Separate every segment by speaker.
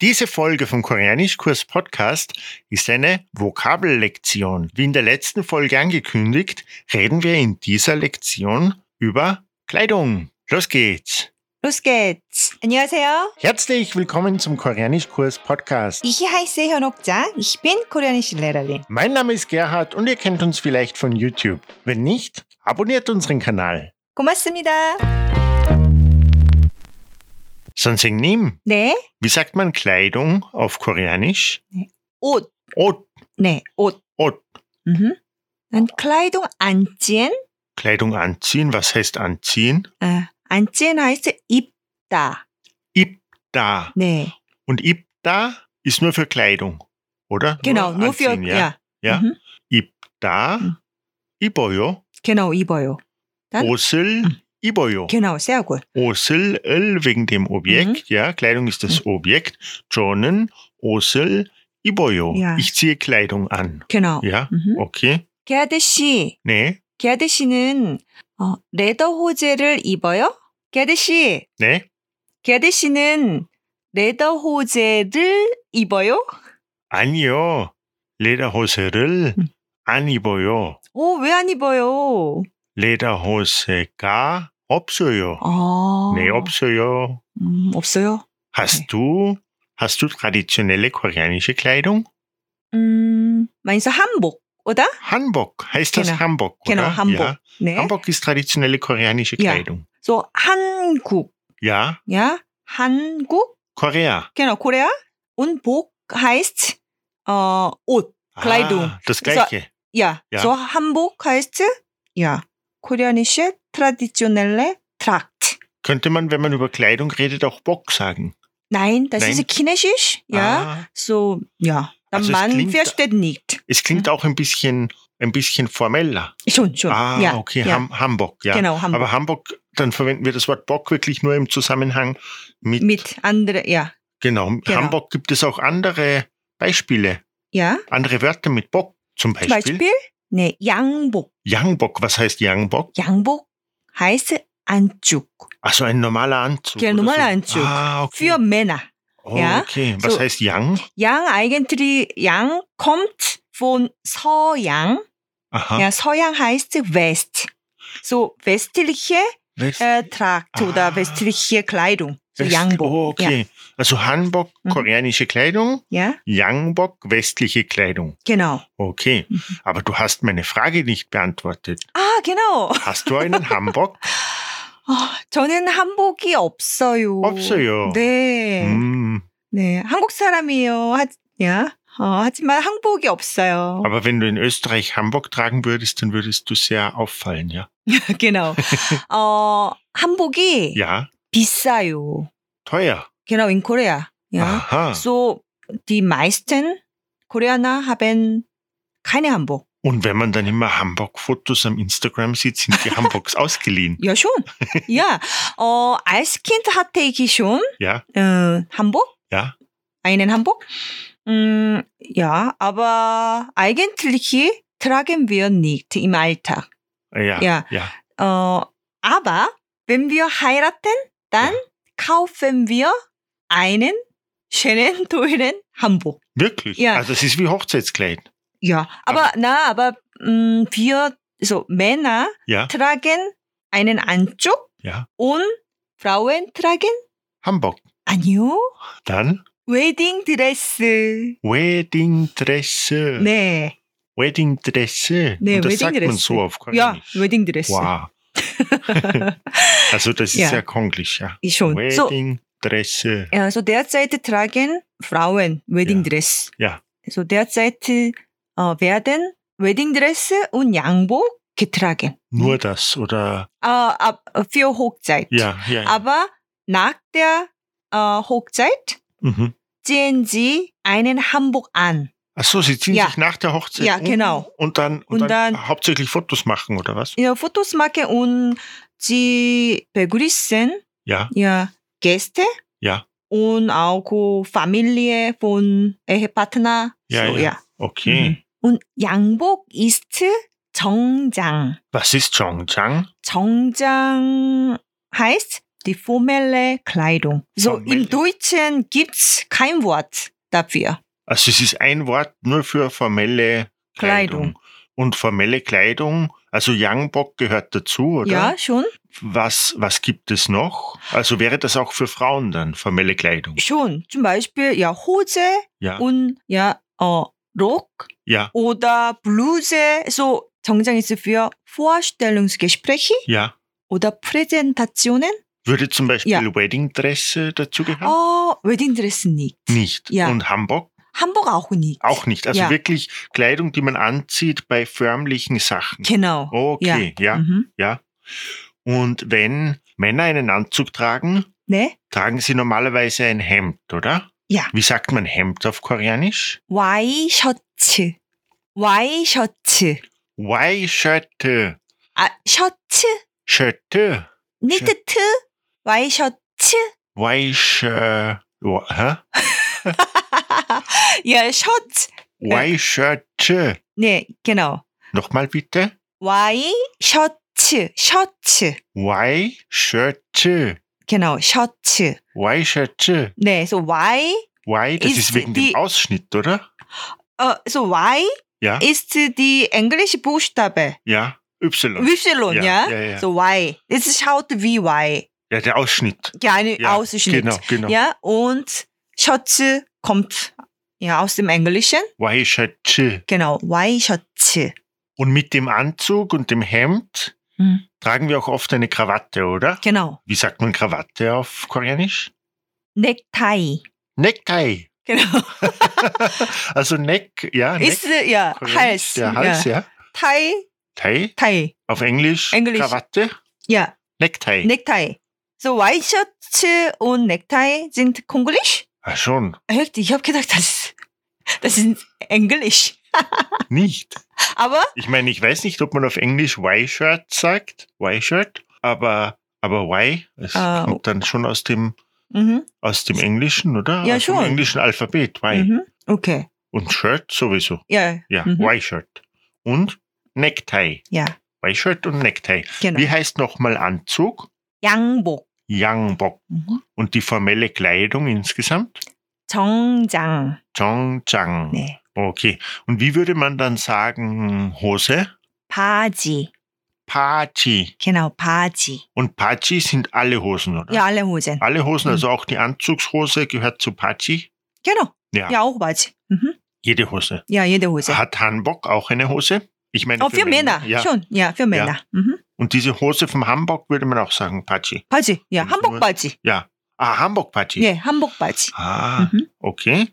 Speaker 1: Diese Folge vom Koreanischkurs Podcast ist eine Vokabellektion. Wie in der letzten Folge angekündigt, reden wir in dieser Lektion über Kleidung. Los geht's!
Speaker 2: Los geht's. 안녕하세요.
Speaker 1: Herzlich willkommen zum Koreanischkurs Podcast.
Speaker 2: Ich heiße 현옥자. Ich bin koreanische Lehrerin.
Speaker 1: Mein Name ist Gerhard und ihr kennt uns vielleicht von YouTube. Wenn nicht, abonniert unseren Kanal.
Speaker 2: 고맙습니다.
Speaker 1: 선생님,
Speaker 2: 네.
Speaker 1: wie sagt man Kleidung auf Koreanisch?
Speaker 2: 옷.
Speaker 1: Ot,
Speaker 2: 네. 옷.
Speaker 1: ot.
Speaker 2: Mhm. Dann Kleidung anziehen.
Speaker 1: Kleidung anziehen, was heißt anziehen?
Speaker 2: 아, anziehen heißt 입다.
Speaker 1: Ibda.
Speaker 2: 네.
Speaker 1: Und Ibda ist nur für Kleidung, oder?
Speaker 2: Genau. Nur für
Speaker 1: anziehen, ja. Ja.
Speaker 2: Mhm.
Speaker 1: Ibda,
Speaker 2: Mhm.
Speaker 1: Iboyo,
Speaker 2: Genau 입어요. Dann- Hm.
Speaker 1: Osel, Iboyo.
Speaker 2: Genau sehr gut.
Speaker 1: Osel, Öl wegen dem
Speaker 2: Mhm.
Speaker 1: Objekt, ja, Kleidung ist
Speaker 2: Hm.
Speaker 1: das Objekt. Jonen, Osel, Iboyo.
Speaker 2: Ja.
Speaker 1: Ich ziehe Kleidung an.
Speaker 2: genau.
Speaker 1: Ja,
Speaker 2: Mhm.
Speaker 1: okay.
Speaker 2: 게아드 씨.
Speaker 1: Nee,
Speaker 2: 게아드 씨는 어, 레더 호재를 입어요? 게아드 씨.
Speaker 1: nee.
Speaker 2: 게아드 씨는 레더 호재를 입어요?
Speaker 1: Anjo, Lederhose, Rill,
Speaker 2: Mhm.
Speaker 1: Aniboyo.
Speaker 2: 오, 왜 안 입어요?
Speaker 1: Lederhose, Ga, Obsoyo.
Speaker 2: 아.
Speaker 1: Nee, Obsoyo.
Speaker 2: 음, 없어요?
Speaker 1: Hast
Speaker 2: Okay.
Speaker 1: du, hast du traditionelle koreanische Kleidung?
Speaker 2: 음, meinst du 한복, oder?
Speaker 1: Hanbok heißt das
Speaker 2: Genau.
Speaker 1: Hanbok, oder?
Speaker 2: Genau, 한복.
Speaker 1: Ja.
Speaker 2: 네.
Speaker 1: Hanbok ist traditionelle koreanische
Speaker 2: Ja.
Speaker 1: Kleidung.
Speaker 2: So, 한국,
Speaker 1: Ja,
Speaker 2: ja? 한국,
Speaker 1: Korea.
Speaker 2: genau, Korea. Und Bok heißt, äh, 옷, Kleidung.
Speaker 1: Ah, das
Speaker 2: So-
Speaker 1: Gleiche.
Speaker 2: ja.
Speaker 1: Ja.
Speaker 2: So, 한복 heißt, ja, koreanische, traditionelle Tracht.
Speaker 1: Könnte man, wenn man über Kleidung redet, auch Bock sagen.
Speaker 2: Nein, das
Speaker 1: Nein.
Speaker 2: ist chinesisch, ja?
Speaker 1: Ah,
Speaker 2: So, ja. Der
Speaker 1: Also es
Speaker 2: Mann
Speaker 1: klingt-
Speaker 2: versteht nicht.
Speaker 1: es klingt auch ein bisschen, ein bisschen formeller.
Speaker 2: Schon, schon.
Speaker 1: Ah,
Speaker 2: ja,
Speaker 1: okay,
Speaker 2: ja.
Speaker 1: Ham Hamburg, ja.
Speaker 2: Genau, 한복.
Speaker 1: Aber Hamburg, dann verwenden wir das Wort Bock wirklich nur im Zusammenhang mit,
Speaker 2: Mit andere, ja.
Speaker 1: genau,
Speaker 2: genau.
Speaker 1: Hamburg gibt es auch andere Beispiele,
Speaker 2: Ja.
Speaker 1: andere Wörter mit Bock zum
Speaker 2: Zum
Speaker 1: Beispiel.
Speaker 2: Beispiel, 네, 양복.
Speaker 1: Youngbock, was heißt Youngbock?
Speaker 2: 양복 heißt Anzug.
Speaker 1: Also ein normaler Anzug.
Speaker 2: Ja,
Speaker 1: oder
Speaker 2: normaler
Speaker 1: so.
Speaker 2: Anzug.
Speaker 1: Ah, okay.
Speaker 2: Für Männer.
Speaker 1: oh,
Speaker 2: ja.
Speaker 1: okay. Was
Speaker 2: So-
Speaker 1: heißt Young?
Speaker 2: 양 eigentlich, 양 kommt von 서양.
Speaker 1: Aha.
Speaker 2: Ja, 서양 heißt West. So westliche
Speaker 1: West-
Speaker 2: äh, Tracht
Speaker 1: Ah.
Speaker 2: oder westliche Kleidung. So
Speaker 1: West-
Speaker 2: 양복.
Speaker 1: Oh, okay. Also Hanbok,
Speaker 2: Mhm.
Speaker 1: koreanische Kleidung.
Speaker 2: Ja, ja,
Speaker 1: Youngbock, westliche Kleidung.
Speaker 2: genau.
Speaker 1: Okay.
Speaker 2: Mhm.
Speaker 1: Aber du hast meine Frage nicht beantwortet.
Speaker 2: 아, genau.
Speaker 1: Hast du einen Hambock?
Speaker 2: 아, 저는 한복이 없어요.
Speaker 1: 없어요.
Speaker 2: 네.
Speaker 1: Hm.
Speaker 2: 네. 한국 사람이에요. 하, 야. 어, 하지만 한복이 없어요.
Speaker 1: Aber wenn du in Österreich Hamburg tragen würdest, dann würdest du sehr auffallen, ja?
Speaker 2: genau. 어, 한복이
Speaker 1: Ja,
Speaker 2: 비싸요.
Speaker 1: teuer.
Speaker 2: Genau, in Korea. Ja.
Speaker 1: Aha.
Speaker 2: So, die meisten Koreaner haben keine Hamburg.
Speaker 1: Und wenn man dann immer Hamburg-Fotos am Instagram sieht, sind die Hamburgs ausgeliehen.
Speaker 2: Ja, schon. ja. Äh, als Kind hatte ich schon
Speaker 1: Ja,
Speaker 2: äh, Hamburg.
Speaker 1: Ja.
Speaker 2: Einen Hamburg. Mm, ja, aber eigentlich tragen wir nicht im Alltag.
Speaker 1: ja, ja.
Speaker 2: Ja. Äh, aber wenn wir heiraten, dann kaufen wir einen schönen, teuren Hamburg.
Speaker 1: Wirklich?
Speaker 2: Ja.
Speaker 1: Also es ist wie Hochzeitskleid.
Speaker 2: Ja, aber, na, aber mm, wir, so Männer
Speaker 1: Ja,
Speaker 2: tragen einen Anzug
Speaker 1: ja.
Speaker 2: und Frauen tragen,
Speaker 1: Hamburg.
Speaker 2: 아니요,
Speaker 1: Dann
Speaker 2: Wedding Dress.
Speaker 1: Hm. Wedding Dresse.
Speaker 2: 네,
Speaker 1: Wedding Dresse.
Speaker 2: Nee,
Speaker 1: Und das
Speaker 2: Wedding
Speaker 1: sagt man
Speaker 2: Dresse.
Speaker 1: so auf
Speaker 2: ja,
Speaker 1: Koreanisch.
Speaker 2: Wedding Dress.
Speaker 1: Wow. also das ist
Speaker 2: Ja.
Speaker 1: sehr konglich, ja.
Speaker 2: Schon. So,
Speaker 1: Wedding Dresse.
Speaker 2: ja, so derzeit tragen Frauen Wedding
Speaker 1: Ja.
Speaker 2: Dress.
Speaker 1: Ja.
Speaker 2: So derzeit äh, werden Wedding Dress und 양복 getragen.
Speaker 1: Nur das oder
Speaker 2: äh, ab, für Hochzeit.
Speaker 1: ja, ja. ja.
Speaker 2: Aber nach der äh, Hochzeit
Speaker 1: Mhm.
Speaker 2: ziehen sie einen Hamburg an.
Speaker 1: Ach so, sie ziehen
Speaker 2: Ja.
Speaker 1: sich nach der Hochzeit
Speaker 2: Ja,
Speaker 1: um
Speaker 2: genau.
Speaker 1: und dann und,
Speaker 2: Und
Speaker 1: dann,
Speaker 2: dann-
Speaker 1: hauptsächlich Fotos machen oder was?
Speaker 2: Ja, Fotos machen und sie begrüßen
Speaker 1: Ja,
Speaker 2: ja, Gäste
Speaker 1: ja,
Speaker 2: und auch Familie von Ehepartner.
Speaker 1: Ja,
Speaker 2: so,
Speaker 1: ja.
Speaker 2: ja.
Speaker 1: okay.
Speaker 2: Mhm. Und Yangbok ist Jongjang.
Speaker 1: Was ist Chongjang?
Speaker 2: Jongjang heißt die formelle Kleidung. So
Speaker 1: Formelle.
Speaker 2: im Deutschen gibt's kein Wort dafür.
Speaker 1: Also es ist ein Wort nur für formelle Kleidung.
Speaker 2: Kleidung.
Speaker 1: Und formelle Kleidung, also Youngbok gehört dazu, oder?
Speaker 2: Ja, schon?
Speaker 1: Was, was gibt es noch? Also wäre das auch für Frauen dann, formelle Kleidung?
Speaker 2: Schon. Zum Beispiel ja Hose
Speaker 1: Ja,
Speaker 2: und ja 어, Rock
Speaker 1: ja,
Speaker 2: oder Bluse. So 정장 ist für Vorstellungsgespräche
Speaker 1: ja.
Speaker 2: oder Präsentationen.
Speaker 1: Würde zum Beispiel
Speaker 2: Ja.
Speaker 1: Weddingdresse dazu gehören?
Speaker 2: 어, 웨딩드레스 nicht.
Speaker 1: Nicht.
Speaker 2: Ja.
Speaker 1: Und Hamburg?
Speaker 2: 한복 auch nicht.
Speaker 1: Auch nicht. Also
Speaker 2: Ja.
Speaker 1: wirklich Kleidung, die man anzieht bei förmlichen Sachen.
Speaker 2: Genau.
Speaker 1: Okay, ja.
Speaker 2: Mhm.
Speaker 1: Und wenn Männer einen Anzug tragen,
Speaker 2: 네.
Speaker 1: tragen sie normalerweise ein Hemd, oder?
Speaker 2: Ja.
Speaker 1: Wie sagt man Hemd auf Koreanisch?
Speaker 2: 와이셔츠. 와이셔츠.
Speaker 1: Y-Shirt.
Speaker 2: 아, 셔츠?
Speaker 1: Shirt.
Speaker 2: 니트트? 와이셔츠?
Speaker 1: Y-Shirt.
Speaker 2: Äh.
Speaker 1: Hä?
Speaker 2: 예, 셔츠.
Speaker 1: Y-Shirt.
Speaker 2: 네, genau.
Speaker 1: Nochmal bitte.
Speaker 2: 와이셔츠. 셔츠.
Speaker 1: Y-Shirt.
Speaker 2: Genau, 셔츠.
Speaker 1: Y-Shirt.
Speaker 2: 네, so Y,
Speaker 1: Y, das
Speaker 2: Ist
Speaker 1: ist wegen
Speaker 2: die-
Speaker 1: dem Ausschnitt, oder?
Speaker 2: 어, Äh, so Y
Speaker 1: Ja.
Speaker 2: ist die englische Buchstabe.
Speaker 1: Ja. Y.
Speaker 2: Y, ja?
Speaker 1: Ja, ja, ja.
Speaker 2: So Y. Es schaut wie Y.
Speaker 1: Ja, der Ausschnitt.
Speaker 2: Gerne
Speaker 1: Ja,
Speaker 2: Ausschnitt.
Speaker 1: Genau, genau.
Speaker 2: Ja, und Shirts kommt ja aus dem Englischen.
Speaker 1: Y-Shirt.
Speaker 2: Genau, Y-Shirts.
Speaker 1: Und mit dem Anzug und dem Hemd
Speaker 2: Mhm.
Speaker 1: tragen wir auch oft eine Krawatte, oder?
Speaker 2: Genau.
Speaker 1: Wie sagt man Krawatte auf Koreanisch?
Speaker 2: Necktie.
Speaker 1: Necktie.
Speaker 2: Genau.
Speaker 1: Also Neck, ja.
Speaker 2: Ist
Speaker 1: Neck,
Speaker 2: äh, ja
Speaker 1: Koreanisch,
Speaker 2: Hals.
Speaker 1: Der Hals,
Speaker 2: ja.
Speaker 1: ja.
Speaker 2: Tie,
Speaker 1: Tie.
Speaker 2: tie.
Speaker 1: Auf Englisch,
Speaker 2: Englisch. Ne-
Speaker 1: Krawatte.
Speaker 2: Ja,
Speaker 1: Necktie.
Speaker 2: Necktie. So Y-Shirts und Necktie sind Konglisch?
Speaker 1: ah, schon.
Speaker 2: Echt? Ich habe gedacht, das, das sind Englisch.
Speaker 1: Nicht.
Speaker 2: Aber
Speaker 1: Ich meine, ich weiß nicht, ob man auf Englisch Y-Shirt sagt. Y-Shirt. Aber, aber Y, es
Speaker 2: Ah.
Speaker 1: kommt dann schon aus dem,
Speaker 2: mhm,
Speaker 1: aus dem Englischen, oder?
Speaker 2: Ja,
Speaker 1: aus
Speaker 2: schon.
Speaker 1: Dem englischen Alphabet, Y.
Speaker 2: mhm. okay.
Speaker 1: Und Shirt sowieso.
Speaker 2: Ja,
Speaker 1: Ja,
Speaker 2: Mhm.
Speaker 1: Y-Shirt. Und Necktie.
Speaker 2: ja,
Speaker 1: Y-Shirt und Necktie.
Speaker 2: genau.
Speaker 1: Wie heißt nochmal Anzug?
Speaker 2: 양복.
Speaker 1: Yangbok.
Speaker 2: Mhm.
Speaker 1: Und die formelle Kleidung insgesamt?
Speaker 2: 정장.
Speaker 1: Chongjang.
Speaker 2: 네.
Speaker 1: Okay. Und wie würde man dann sagen Hose?
Speaker 2: 바지.
Speaker 1: Pachi.
Speaker 2: Genau, 바지.
Speaker 1: Und Pachi sind alle Hosen, oder?
Speaker 2: Ja, alle Hosen.
Speaker 1: Alle Hosen,
Speaker 2: Mhm.
Speaker 1: also auch die Anzugshose gehört zu Pachi.
Speaker 2: Genau.
Speaker 1: Ja.
Speaker 2: Ja, auch Baji. Mhm.
Speaker 1: Jede Hose.
Speaker 2: Ja, jede Hose.
Speaker 1: Hat Hanbok auch eine Hose? Ich meine,
Speaker 2: Auch für Männer.
Speaker 1: Ja.
Speaker 2: Schon, ja, für Männer. Mhm.
Speaker 1: Und diese Hose vom Hanbok würde man auch sagen Pachi.
Speaker 2: 바지. 야,
Speaker 1: 그럼
Speaker 2: 한복
Speaker 1: 그건-
Speaker 2: 바지.
Speaker 1: Ja. Ah, Hanbok Pachi.
Speaker 2: 예, 한복 바지.
Speaker 1: Ah,
Speaker 2: Mhm.
Speaker 1: Okay.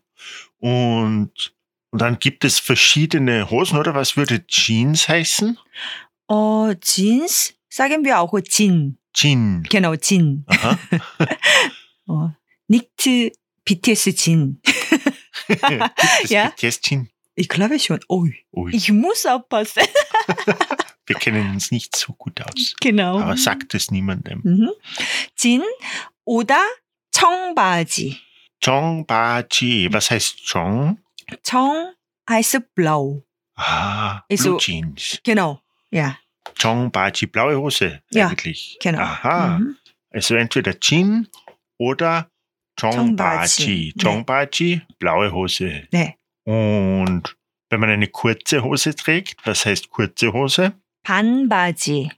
Speaker 1: Und, und dann gibt es verschiedene Hosen, oder? Was würde Jeans heißen?
Speaker 2: 어, jeans. sagen wir auch Jean.
Speaker 1: Jean.
Speaker 2: Genau, Jean.
Speaker 1: Aha.
Speaker 2: 어, Nicht BTS Jean.
Speaker 1: gibt es
Speaker 2: Ja.
Speaker 1: BTS Jean?
Speaker 2: Ich glaube schon. Oh,
Speaker 1: Ui,
Speaker 2: ich muss aufpassen.
Speaker 1: wir kennen uns nicht so gut aus.
Speaker 2: genau.
Speaker 1: Aber sagt es niemandem.
Speaker 2: Mhm. Jean oder 청바지.
Speaker 1: Chongbaji. Was heißt Chong?
Speaker 2: 청 heißt blau.
Speaker 1: Ah,
Speaker 2: Ist
Speaker 1: Blue
Speaker 2: so-
Speaker 1: Jeans.
Speaker 2: Genau. Ja,
Speaker 1: Chongbaji, blaue Hose
Speaker 2: Ja,
Speaker 1: eigentlich.
Speaker 2: genau.
Speaker 1: Aha.
Speaker 2: Mhm.
Speaker 1: Also entweder Jean oder Chongbaji.
Speaker 2: Chongbaji.
Speaker 1: Chongbaji, blaue Hose.
Speaker 2: 네.
Speaker 1: Und wenn man eine kurze Hose trägt, was heißt kurze Hose?
Speaker 2: 반바지.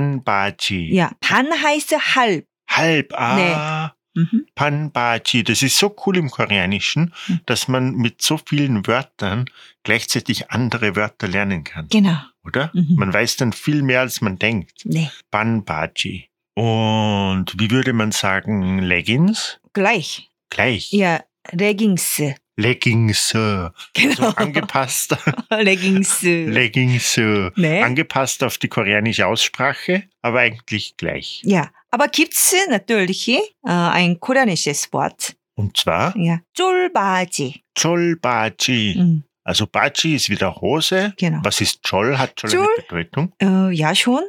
Speaker 1: Panbaji.
Speaker 2: Ja, 반 heißt halb.
Speaker 1: Halb. Ah,
Speaker 2: Mhm.
Speaker 1: Panbaji. Das ist so cool im Koreanischen,
Speaker 2: Mhm.
Speaker 1: dass man mit so vielen Wörtern gleichzeitig andere Wörter lernen kann,
Speaker 2: Genau.
Speaker 1: oder?
Speaker 2: Mhm.
Speaker 1: Man weiß dann viel mehr, als man denkt.
Speaker 2: Nee,
Speaker 1: Panbaji. Und wie würde man sagen, Leggings?
Speaker 2: gleich.
Speaker 1: Gleich.
Speaker 2: Ja, Leggings.
Speaker 1: Leggings. äh,
Speaker 2: Genau.
Speaker 1: So angepasst.
Speaker 2: Leggings.
Speaker 1: Leggings. äh,
Speaker 2: nee.
Speaker 1: Angepasst auf die koreanische Aussprache, aber eigentlich gleich.
Speaker 2: Ja, aber gibt's natürlich äh, ein koreanisches Wort.
Speaker 1: Und zwar
Speaker 2: Ja, 쫄바지.
Speaker 1: Cholbaji.
Speaker 2: Mhm.
Speaker 1: Also Baji ist wieder Hose.
Speaker 2: Genau.
Speaker 1: Was ist Chol? Hat Chol,
Speaker 2: Chol?
Speaker 1: eine Bedeutung?
Speaker 2: Äh, ja, schon.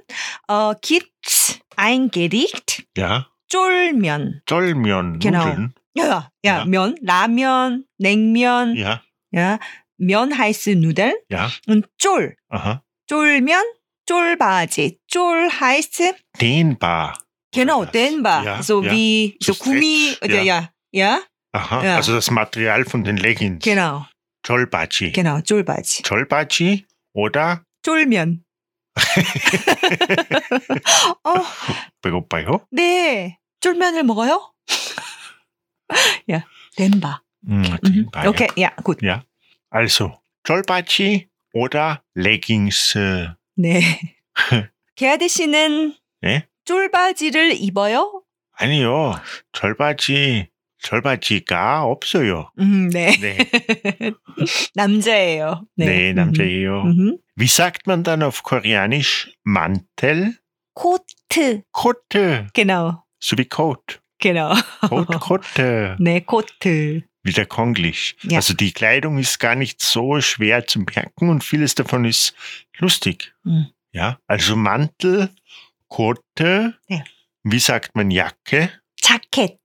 Speaker 2: Äh, gibt's ein Gericht?
Speaker 1: Ja.
Speaker 2: 쫄면.
Speaker 1: Cholmyon,
Speaker 2: Genau.
Speaker 1: Nudeln.
Speaker 2: Ja, ja,
Speaker 1: Ja.
Speaker 2: 면, 라면, 냉면. Ja.
Speaker 1: Ja,
Speaker 2: 면 heißt Nudeln
Speaker 1: ja.
Speaker 2: und 쫄.
Speaker 1: Aha.
Speaker 2: 쫄면, 쫄바지. 쫄 heißt
Speaker 1: Dehnbar.
Speaker 2: Genau,
Speaker 1: was?
Speaker 2: dehnbar.
Speaker 1: Ja,
Speaker 2: so
Speaker 1: ja.
Speaker 2: wie
Speaker 1: So
Speaker 2: so Gummi
Speaker 1: Stretch,
Speaker 2: oder ja. ja.
Speaker 1: Aha,
Speaker 2: Ja.
Speaker 1: also das Material von den Leggings.
Speaker 2: genau,
Speaker 1: Cholbachi.
Speaker 2: genau, 쫄바지.
Speaker 1: Cholbachi oder
Speaker 2: 쫄면. 어,
Speaker 1: 배고파요?
Speaker 2: 네. 쫄면을 먹어요? ja, dehnbar.
Speaker 1: 음,
Speaker 2: Mhm.
Speaker 1: Bayo.
Speaker 2: Okay, ja, gut.
Speaker 1: Ja. Also, Cholbachi oder Leggings. äh,
Speaker 2: 네. 개아드 씨는
Speaker 1: 네?
Speaker 2: 쫄바지를 입어요?
Speaker 1: 아니요. Cholbachi. Cholbachi가 없어요.
Speaker 2: 음, 네.
Speaker 1: 네,
Speaker 2: 남자예요.
Speaker 1: 네, 남자예요.
Speaker 2: 음. 음.
Speaker 1: Wie sagt man dann auf Koreanisch Mantel?
Speaker 2: 코트.
Speaker 1: Kotte.
Speaker 2: Genau,
Speaker 1: So wie Coat.
Speaker 2: genau.
Speaker 1: Coat, Kotte.
Speaker 2: 네, 코트.
Speaker 1: wieder Konglisch.
Speaker 2: Ja.
Speaker 1: Also die Kleidung ist gar nicht so schwer zu merken und vieles davon ist lustig.
Speaker 2: Mhm.
Speaker 1: Ja, also Mantel, Kote,
Speaker 2: Ja.
Speaker 1: wie sagt man Jacke?
Speaker 2: 자켓.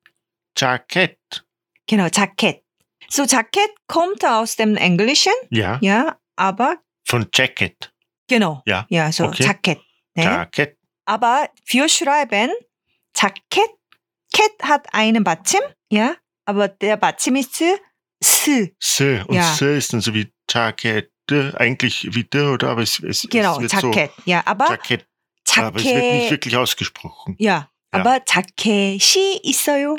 Speaker 1: Jackett.
Speaker 2: Genau, Jackett. So, Jackett kommt aus dem Englischen,
Speaker 1: Ja,
Speaker 2: ja, aber
Speaker 1: von Jacket.
Speaker 2: genau.
Speaker 1: Ja,
Speaker 2: ja so 네.
Speaker 1: okay.
Speaker 2: Jackett. Ne?
Speaker 1: Jacket.
Speaker 2: Aber für Schreiben, Jackett, Cat hat einen Batsim, ja, aber der Batsim ist S.
Speaker 1: Se. Und
Speaker 2: Ja.
Speaker 1: se ist dann so wie Jackette, eigentlich wie de, oder? Aber es, es,
Speaker 2: Genau,
Speaker 1: es wird
Speaker 2: Jackett. ja,
Speaker 1: so
Speaker 2: aber
Speaker 1: Jackett. Aber es wird nicht
Speaker 2: Jackett.
Speaker 1: wirklich ausgesprochen.
Speaker 2: Ja, aber Jacket이 있어요.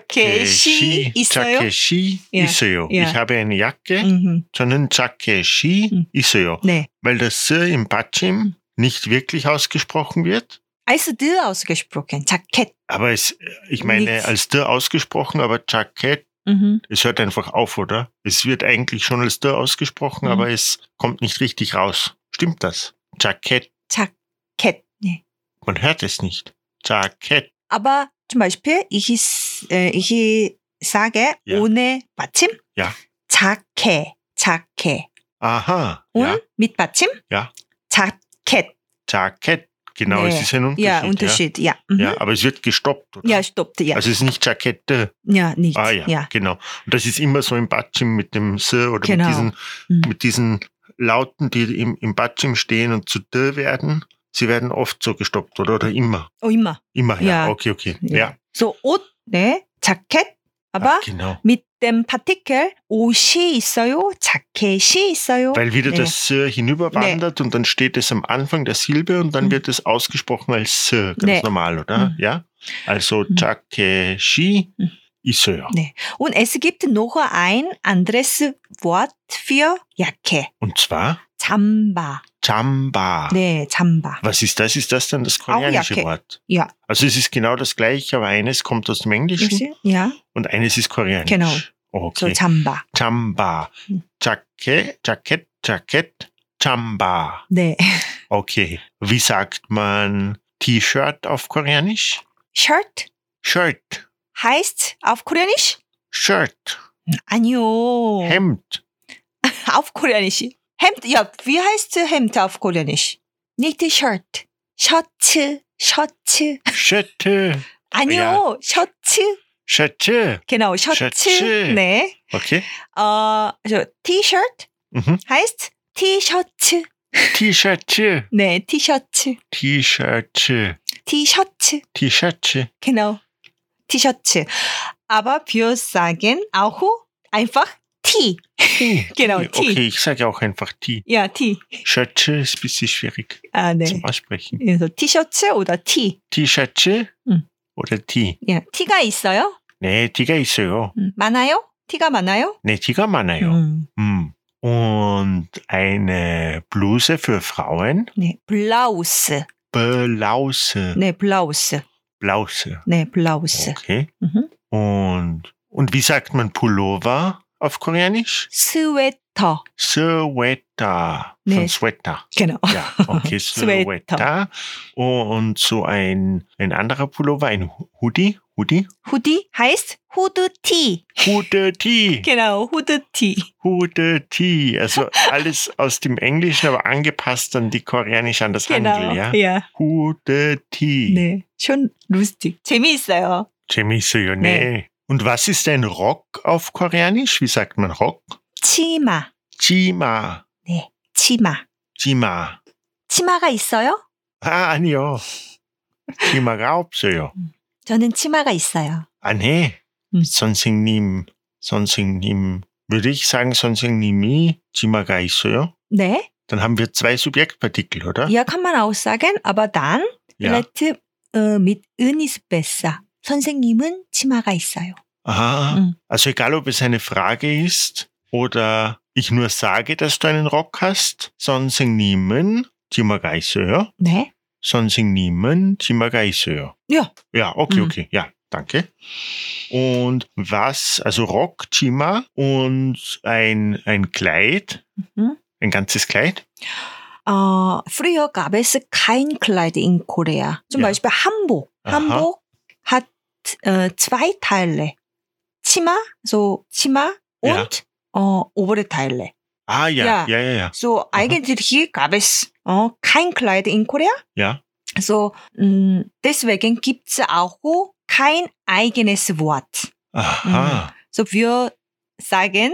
Speaker 2: Jackeshi 있어요?
Speaker 1: Jackeshi
Speaker 2: Ja.
Speaker 1: 있어요.
Speaker 2: Ja.
Speaker 1: Ich habe eine Jacke,
Speaker 2: Mhm.
Speaker 1: sondern Jackeshi
Speaker 2: Mhm.
Speaker 1: 있어요.
Speaker 2: Nee.
Speaker 1: weil das S im Batschim nicht wirklich ausgesprochen wird.
Speaker 2: Also, D ausgesprochen, Jackett.
Speaker 1: Aber es, ich meine,
Speaker 2: Nichts.
Speaker 1: als D ausgesprochen, aber Jackett,
Speaker 2: Mhm.
Speaker 1: es hört einfach auf, oder? Es wird eigentlich schon als D ausgesprochen,
Speaker 2: Mhm.
Speaker 1: aber es kommt nicht richtig raus. Stimmt das? Jackett,
Speaker 2: Jackett. 네.
Speaker 1: man hört es nicht. Jackett,
Speaker 2: Aber zum Beispiel, ich, s- äh, ich sage
Speaker 1: Ja.
Speaker 2: ohne 받침,
Speaker 1: Ja.
Speaker 2: 자켓, 자켓.
Speaker 1: aha,
Speaker 2: Und
Speaker 1: ja,
Speaker 2: mit 받침,
Speaker 1: Ja.
Speaker 2: 자켓.
Speaker 1: Jackett, genau,
Speaker 2: Nee.
Speaker 1: es ist ein Unterschied.
Speaker 2: Ja, Unterschied, ja. Mhm.
Speaker 1: Ja. ja, aber es wird gestoppt, oder?
Speaker 2: Ja, stoppt, ja.
Speaker 1: Also es ist nicht Jackette.
Speaker 2: ja, nicht.
Speaker 1: Ah ja, genau. Und das ist immer so im Batschim mit dem S oder
Speaker 2: Genau.
Speaker 1: mit diesen
Speaker 2: Mhm.
Speaker 1: mit diesen Lauten, die im, im Batschim stehen und zu D werden, sie werden oft so gestoppt, oder? Oder immer.
Speaker 2: Oh, immer.
Speaker 1: Immer, ja.
Speaker 2: Ja.
Speaker 1: Okay, okay. Ja.
Speaker 2: So, 옷, 네, 자켓.
Speaker 1: Ah,
Speaker 2: Aber
Speaker 1: genau.
Speaker 2: mit dem Partikel 옷이 있어요, 자켓이 있어요.
Speaker 1: Weil wieder
Speaker 2: Nee.
Speaker 1: das S hinüberwandert und dann steht es am Anfang der Silbe und dann
Speaker 2: Mhm.
Speaker 1: wird es ausgesprochen als S, ganz
Speaker 2: Nee.
Speaker 1: normal, oder?
Speaker 2: Mhm.
Speaker 1: Ja. Also
Speaker 2: Mhm.
Speaker 1: Jakeshi
Speaker 2: Mhm.
Speaker 1: Iseo.
Speaker 2: Und es gibt noch ein anderes Wort für Jacke.
Speaker 1: Und zwar
Speaker 2: 잠바.
Speaker 1: Chamba.
Speaker 2: 네, 잠바.
Speaker 1: Was ist das? Ist das dann das koreanische
Speaker 2: Jacke.
Speaker 1: Wort?
Speaker 2: Ja.
Speaker 1: Also es ist genau das gleiche, aber eines kommt aus dem Englischen
Speaker 2: Ja,
Speaker 1: und eines ist koreanisch.
Speaker 2: Genau.
Speaker 1: Okay.
Speaker 2: so 잠바.
Speaker 1: Chamba.
Speaker 2: Hm.
Speaker 1: Jacke, Jackett, Jackett, Chamba.
Speaker 2: 네.
Speaker 1: Okay. Wie sagt man T-Shirt auf Koreanisch?
Speaker 2: Shirt
Speaker 1: Shirt,
Speaker 2: heißt auf Koreanisch?
Speaker 1: Shirt,
Speaker 2: 아니요.
Speaker 1: Hemd,
Speaker 2: auf Koreanisch. Hemd, ja, wie heißt Hemd auf Koreanisch? Nicht Shirt. 셔츠, 셔츠.
Speaker 1: Schötte,
Speaker 2: 아니요, 셔츠.
Speaker 1: Schötte.
Speaker 2: Genau, 셔츠.
Speaker 1: 셔츠.
Speaker 2: 네.
Speaker 1: Okay.
Speaker 2: 어, so, T-Shirt
Speaker 1: Mhm.
Speaker 2: heißt T-Shirt.
Speaker 1: T-Shirt,
Speaker 2: 네, T-Shirt.
Speaker 1: T-Shirt,
Speaker 2: T-Shirt.
Speaker 1: T-Shirt.
Speaker 2: Genau. T-Shirt. Aber wir sagen auch einfach T.
Speaker 1: T.
Speaker 2: Genau, T.
Speaker 1: Okay, ich sage auch einfach T.
Speaker 2: Ja, T.
Speaker 1: Shirt ist ein bisschen schwierig
Speaker 2: 아, 네.
Speaker 1: zum Aussprechen.
Speaker 2: 그래서 티셔츠 오다 T.
Speaker 1: T-Shirt
Speaker 2: Mhm.
Speaker 1: oder T?
Speaker 2: 예, T가 있어요?
Speaker 1: Nee, Tiger ist ja.
Speaker 2: 음, 많아요? T가 많아요?
Speaker 1: Nee, Tiger man ja.
Speaker 2: 음,
Speaker 1: Hm. Und eine Bluse für Frauen.
Speaker 2: 네, 블라우스.
Speaker 1: Blause.
Speaker 2: 네, 블라우스.
Speaker 1: Blause.
Speaker 2: 네, 블라우스.
Speaker 1: Okay.
Speaker 2: Mhm.
Speaker 1: Und, und wie sagt man Pullover auf Koreanisch?
Speaker 2: 스웨터.
Speaker 1: Sweater. Von
Speaker 2: Nee.
Speaker 1: Sweater.
Speaker 2: Genau.
Speaker 1: Ja, okay. Sweater.
Speaker 2: Sweater.
Speaker 1: Und so ein, ein anderer Pullover, ein Hoodie. Hoodie?
Speaker 2: 후디 heißt 후드티.
Speaker 1: Hoodie.
Speaker 2: Genau, 후드티.
Speaker 1: Hude Tea. Also alles aus dem Englischen, aber angepasst an die koreanisch an das
Speaker 2: genau.
Speaker 1: Handel, ja?
Speaker 2: ja.
Speaker 1: Hude Tea.
Speaker 2: 네, schon lustig. 재미있어요.
Speaker 1: 재미있어요, 네.
Speaker 2: 네.
Speaker 1: Und was ist ein Rock auf Koreanisch? Wie sagt man Rock?
Speaker 2: 치마.
Speaker 1: Chima.
Speaker 2: 치마.
Speaker 1: Chima.
Speaker 2: 치마가 있어요?
Speaker 1: Ah, 아니요. 치마가 없어요.
Speaker 2: 저는 치마가 있어요.
Speaker 1: 아니,
Speaker 2: 음.
Speaker 1: 선생님, 선생님, würde ich sagen, 선생님이 치마가 있어요?
Speaker 2: 네.
Speaker 1: Dann haben wir zwei Subjektpartikel, oder?
Speaker 2: Ja, kann man auch sagen, aber dann
Speaker 1: Ja.
Speaker 2: vielleicht äh, mit 은 is besser. 선생님은 치마가 있어요.
Speaker 1: Aha.
Speaker 2: Mhm.
Speaker 1: Also egal, ob es eine Frage ist oder ich nur sage, dass du einen Rock hast, 선생님은 치마가 있어요?
Speaker 2: 네.
Speaker 1: 선생님은 치마가 있어요?
Speaker 2: Ja.
Speaker 1: Ja, okay,
Speaker 2: Mhm.
Speaker 1: okay. Ja, danke. Und was, also Rock, Chima und ein, ein Kleid,
Speaker 2: Mhm.
Speaker 1: ein ganzes Kleid.
Speaker 2: 어, früher gab es kein Kleid in Korea. Zum
Speaker 1: Ja.
Speaker 2: Beispiel Hamburg.
Speaker 1: Aha.
Speaker 2: Hamburg hat äh, zwei Teile. Zimmer, so Zimmer
Speaker 1: Ja.
Speaker 2: und äh, obere Teile.
Speaker 1: Ah, ja,
Speaker 2: Ja.
Speaker 1: ja, ja, ja.
Speaker 2: So eigentlich gab es äh, kein Kleid in Korea.
Speaker 1: Ja,
Speaker 2: So mh, deswegen gibt es auch kein eigenes Wort.
Speaker 1: aha.
Speaker 2: So wir sagen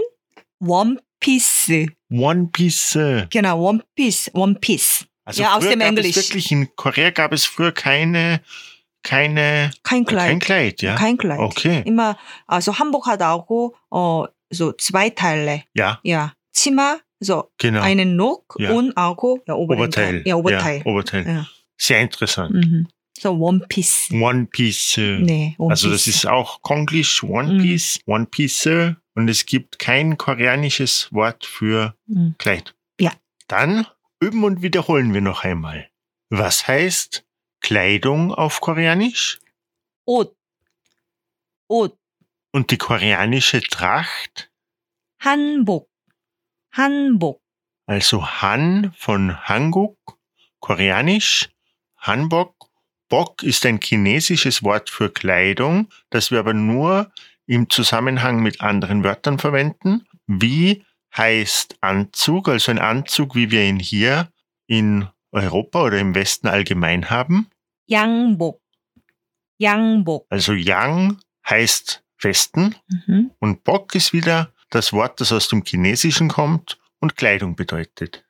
Speaker 2: One Piece.
Speaker 1: One Piece.
Speaker 2: Genau, One Piece, One Piece.
Speaker 1: Also
Speaker 2: Ja, aus
Speaker 1: früher
Speaker 2: dem
Speaker 1: gab
Speaker 2: Englisch.
Speaker 1: Es wirklich, in Korea gab es früher keine, keine,
Speaker 2: Kein Kleid.
Speaker 1: Äh, kein Kleid, ja.
Speaker 2: Kein Kleid.
Speaker 1: Okay,
Speaker 2: immer, also Hamburg hat auch äh, so zwei Teile.
Speaker 1: ja,
Speaker 2: Ja, Zimmer, so
Speaker 1: genau.
Speaker 2: einen Nock
Speaker 1: Ja.
Speaker 2: und auch ja, oberen
Speaker 1: Oberteil.
Speaker 2: Teil. Ja, Oberteil.
Speaker 1: Ja, Oberteil.
Speaker 2: Ja.
Speaker 1: Sehr interessant.
Speaker 2: Mhm. So One Piece.
Speaker 1: One Piece.
Speaker 2: Nee, One
Speaker 1: Also das
Speaker 2: Piece.
Speaker 1: ist auch Konglisch, One
Speaker 2: Mhm.
Speaker 1: Piece, One Piece und es gibt kein koreanisches Wort für
Speaker 2: Mhm.
Speaker 1: Kleid.
Speaker 2: Ja.
Speaker 1: Dann üben und wiederholen wir noch einmal. Was heißt Kleidung auf Koreanisch?
Speaker 2: 옷, 옷,
Speaker 1: Und die koreanische Tracht,
Speaker 2: 한복, 한복,
Speaker 1: also Han von Hanguk, koreanisch, Hanbok. Bok ist ein chinesisches Wort für Kleidung, das wir aber nur im Zusammenhang mit anderen Wörtern verwenden. Wie heißt Anzug, also ein Anzug, wie wir ihn hier in Europa oder im Westen allgemein haben?
Speaker 2: 양복, 양복.
Speaker 1: Also Yang heißt Westen
Speaker 2: Mhm.
Speaker 1: Und Bock ist wieder das Wort, das aus dem Chinesischen kommt und Kleidung bedeutet.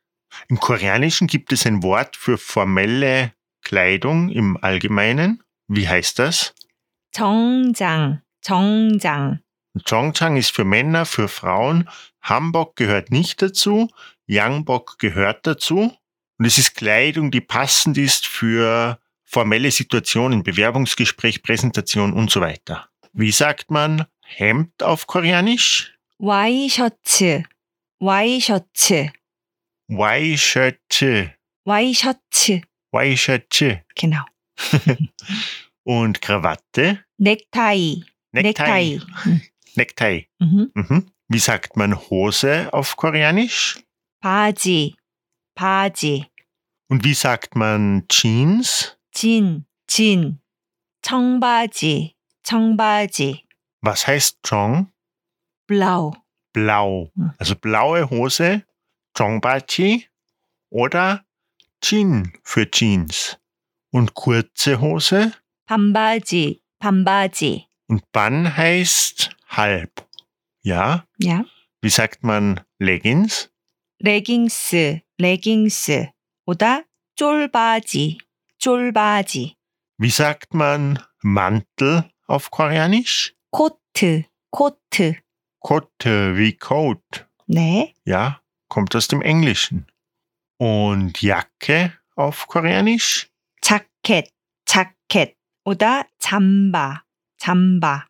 Speaker 1: Im Koreanischen gibt es ein Wort für formelle Kleidung im Allgemeinen. Wie heißt das?
Speaker 2: 정장, 정장.
Speaker 1: Chongchang ist für Männer, für Frauen. Hanbok gehört nicht dazu. Yangbok gehört dazu. Und es ist Kleidung, die passend ist für formelle Situationen, Bewerbungsgespräch, Präsentation und so weiter. Wie sagt man Hemd auf Koreanisch?
Speaker 2: 와이셔츠, 와이셔츠,
Speaker 1: Y-Shirt.
Speaker 2: 와이셔츠.
Speaker 1: Y-Shirt.
Speaker 2: Genau.
Speaker 1: Und Krawatte.
Speaker 2: 넥타이,
Speaker 1: Necktie.
Speaker 2: 넥타이.
Speaker 1: Necktie.
Speaker 2: Mhm.
Speaker 1: Mhm. Wie sagt man Hose auf Koreanisch?
Speaker 2: 바지, 바지,
Speaker 1: Und wie sagt man Jeans?
Speaker 2: 진, 진, 청바지, 청바지,
Speaker 1: Was heißt Chong?
Speaker 2: 블라우,
Speaker 1: Blau.
Speaker 2: Mhm.
Speaker 1: Also blaue Hose, Chongbachi oder Jean für Jeans. Und kurze Hose
Speaker 2: 반바지, 반바지.
Speaker 1: und Bann heißt halb. Ja?
Speaker 2: 야,
Speaker 1: Wie sagt man Leggings?
Speaker 2: 레깅스, 레깅스. 오다 쫄바지, 쫄바지.
Speaker 1: Wie sagt man Mantel auf Koreanisch?
Speaker 2: 코트, 코트.
Speaker 1: Kotte wie Coat.
Speaker 2: 네,
Speaker 1: Ja, kommt aus dem Englischen. Und Jacke auf Koreanisch?
Speaker 2: 자켓, 자켓. 오다 잠바, 잠바.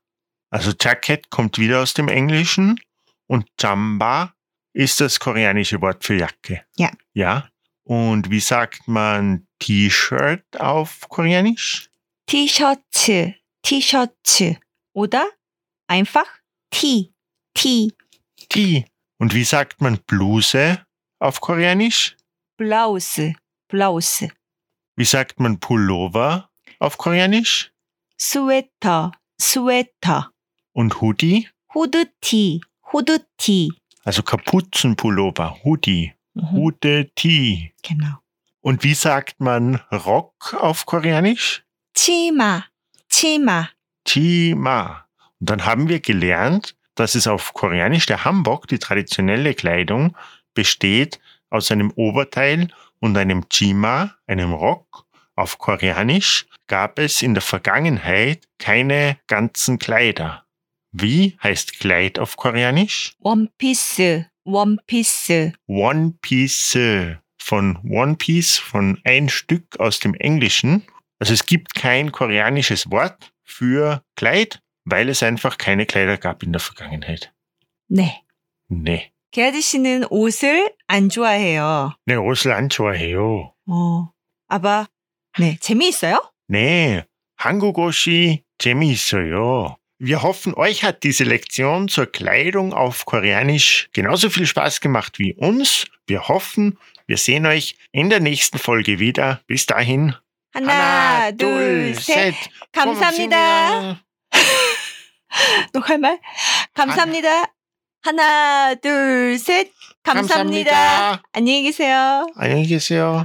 Speaker 1: Also Jacket kommt wieder aus dem Englischen und Jamba ist das koreanische Wort für Jacke.
Speaker 2: Ja.
Speaker 1: Ja. Und wie sagt man T-Shirt auf Koreanisch?
Speaker 2: 티셔츠, 티셔츠. 오다 einfach 티, 티.
Speaker 1: T. Und wie sagt man Bluse auf Koreanisch?
Speaker 2: 블라우스, 블라우스,
Speaker 1: Wie sagt man Pullover auf Koreanisch?
Speaker 2: 스웨터, 스웨터,
Speaker 1: und Hoodie,
Speaker 2: 후드티, 후드티.
Speaker 1: also Kapuzenpullover, Hoodie,
Speaker 2: Hm. 음,
Speaker 1: Hoodie.
Speaker 2: genau.
Speaker 1: Und wie sagt man Rock auf Koreanisch?
Speaker 2: 치마, 치마,
Speaker 1: Chima. Und dann haben wir gelernt, dass es auf Koreanisch der Hanbok, die traditionelle Kleidung, besteht aus einem Oberteil und einem Chima, einem Rock, Auf Koreanisch gab es in der Vergangenheit keine ganzen Kleider. Wie heißt Kleid auf Koreanisch?
Speaker 2: 원피스, 원피스.
Speaker 1: One Piece äh, von One Piece, von ein Stück aus dem Englischen. Also es gibt kein koreanisches Wort für Kleid, weil es einfach keine Kleider gab in der Vergangenheit.
Speaker 2: 네.
Speaker 1: Nee.
Speaker 2: 게아지 씨는 옷을 안 좋아해요.
Speaker 1: 네, 옷을 안 좋아해요.
Speaker 2: 어, 아바, 네, 재미있어요?
Speaker 1: 네, 한국 옷이 재미있어요. Wir hoffen, euch hat diese Lektion zur Kleidung auf Koreanisch genauso viel Spaß gemacht wie uns. Wir hoffen, wir sehen euch in der nächsten Folge wieder. Bis dahin.
Speaker 2: 하나, 둘, 셋. 감사합니다.
Speaker 1: 고맙습니다.
Speaker 2: 녹할 말? 감사합니다. 하나, 둘, 셋. 감사합니다. 안녕히 계세요.
Speaker 1: 안녕히 계세요.